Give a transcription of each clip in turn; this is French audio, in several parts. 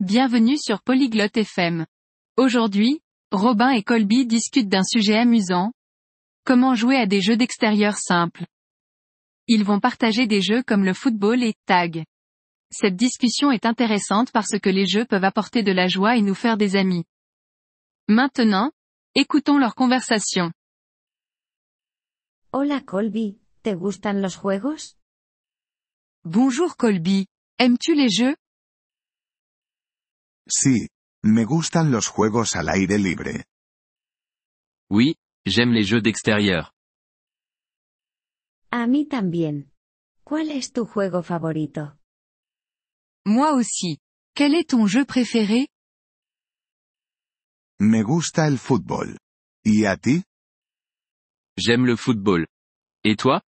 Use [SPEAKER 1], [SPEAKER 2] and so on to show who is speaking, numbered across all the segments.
[SPEAKER 1] Bienvenue sur Polyglotte FM. Aujourd'hui, Robin et Colby discutent d'un sujet amusant. Comment jouer à des jeux d'extérieur simples. Ils vont partager des jeux comme le football et tag. Cette discussion est intéressante parce que les jeux peuvent apporter de la joie et nous faire des amis. Maintenant, écoutons leur conversation.
[SPEAKER 2] Hola Colby, ¿te gustan los juegos?
[SPEAKER 1] Bonjour Colby. Aimes-tu les jeux
[SPEAKER 3] Sí, me gustan los juegos al aire libre.
[SPEAKER 4] Oui, j'aime les jeux d'extérieur.
[SPEAKER 2] A mí también. ¿Cuál es tu juego favorito?
[SPEAKER 1] Moi aussi. Quel est ton jeu préféré
[SPEAKER 3] Me gusta el fútbol. ¿Y a ti?
[SPEAKER 4] J'aime le football. Et toi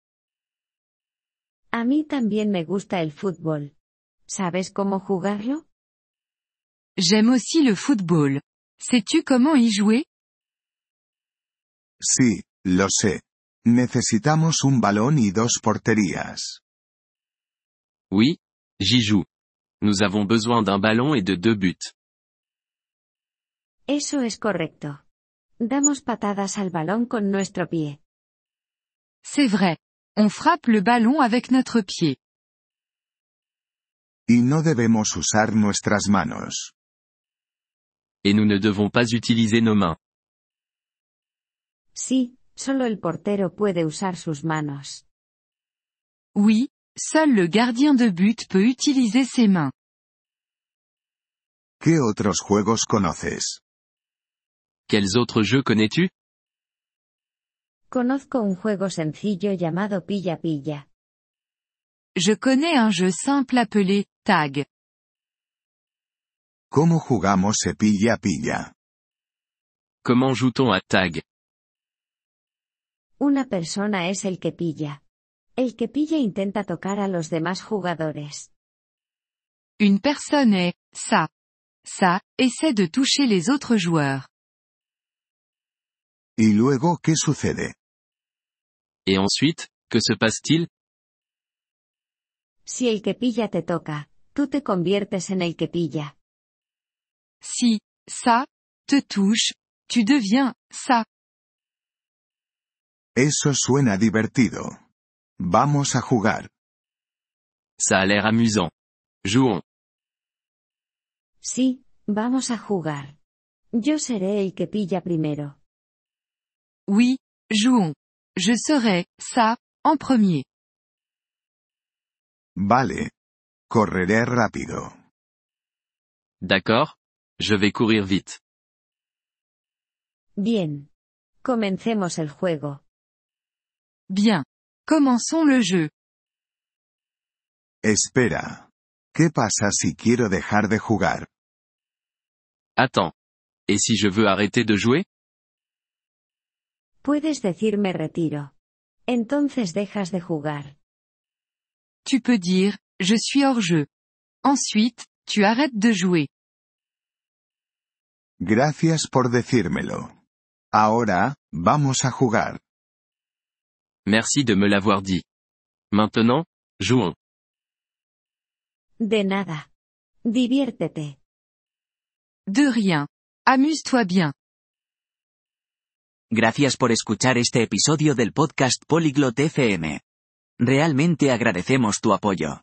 [SPEAKER 2] A mí también me gusta el fútbol. ¿Sabes cómo jugarlo?
[SPEAKER 1] J'aime aussi le football. Sais-tu comment y jouer
[SPEAKER 3] Sí, lo sé. Necesitamos un balón y dos porterías.
[SPEAKER 4] Oui, j'y joue. Nous avons besoin d'un ballon et de deux buts.
[SPEAKER 2] Eso es correcto. Damos patadas al balón con nuestro pie.
[SPEAKER 1] C'est vrai. On frappe le ballon avec notre pied.
[SPEAKER 3] Y no debemos usar nuestras manos.
[SPEAKER 4] Et nous ne devons pas utiliser nos mains.
[SPEAKER 2] Sí, solo el portero puede usar sus manos.
[SPEAKER 1] Oui, seul le gardien de but peut utiliser ses mains.
[SPEAKER 3] ¿Qué otros juegos conoces?
[SPEAKER 4] Quels autres jeux connais-tu
[SPEAKER 2] Conozco un juego sencillo llamado Pilla Pilla.
[SPEAKER 1] Je connais un jeu simple appelé tag.
[SPEAKER 3] ¿Cómo jugamos se pilla pilla?
[SPEAKER 4] Comment joue-t-on à tag
[SPEAKER 2] Una persona es el que pilla. El que pilla intenta tocar a los demás jugadores.
[SPEAKER 1] Une personne est ça. Ça essaie de toucher les autres joueurs.
[SPEAKER 3] ¿Y luego qué sucede?
[SPEAKER 4] Et ensuite, que se passe-t-il
[SPEAKER 2] Si el que pilla te toca, tú te conviertes en el que pilla.
[SPEAKER 1] Si ça te touche, tu deviens ça.
[SPEAKER 3] Eso suena divertido. Vamos a jugar.
[SPEAKER 4] Ça a l'air amusant. Jouons.
[SPEAKER 2] Sí, vamos a jugar. Yo seré el que pilla primero.
[SPEAKER 1] Oui, jouons. Je serai ça en premier.
[SPEAKER 3] Vale. Correré rápido.
[SPEAKER 4] D'accord Je vais courir vite.
[SPEAKER 2] Bien. Comencemos el juego.
[SPEAKER 1] Bien. Commençons le jeu.
[SPEAKER 3] Espera. ¿Qué pasa si quiero dejar de jugar?
[SPEAKER 4] Attends. Et si je veux arrêter de jouer
[SPEAKER 2] Puedes decirme retiro. Entonces dejas de jugar.
[SPEAKER 1] Tu peux dire je suis hors jeu. Ensuite, tu arrêtes de jouer.
[SPEAKER 3] Gracias por decírmelo. Ahora, vamos a jugar.
[SPEAKER 4] Merci de me l'avoir dit. Maintenant, jouons.
[SPEAKER 2] De nada. Diviértete.
[SPEAKER 1] De rien. Amuse-toi bien.
[SPEAKER 5] Gracias por escuchar este episodio del podcast Polyglot FM. Realmente agradecemos tu apoyo.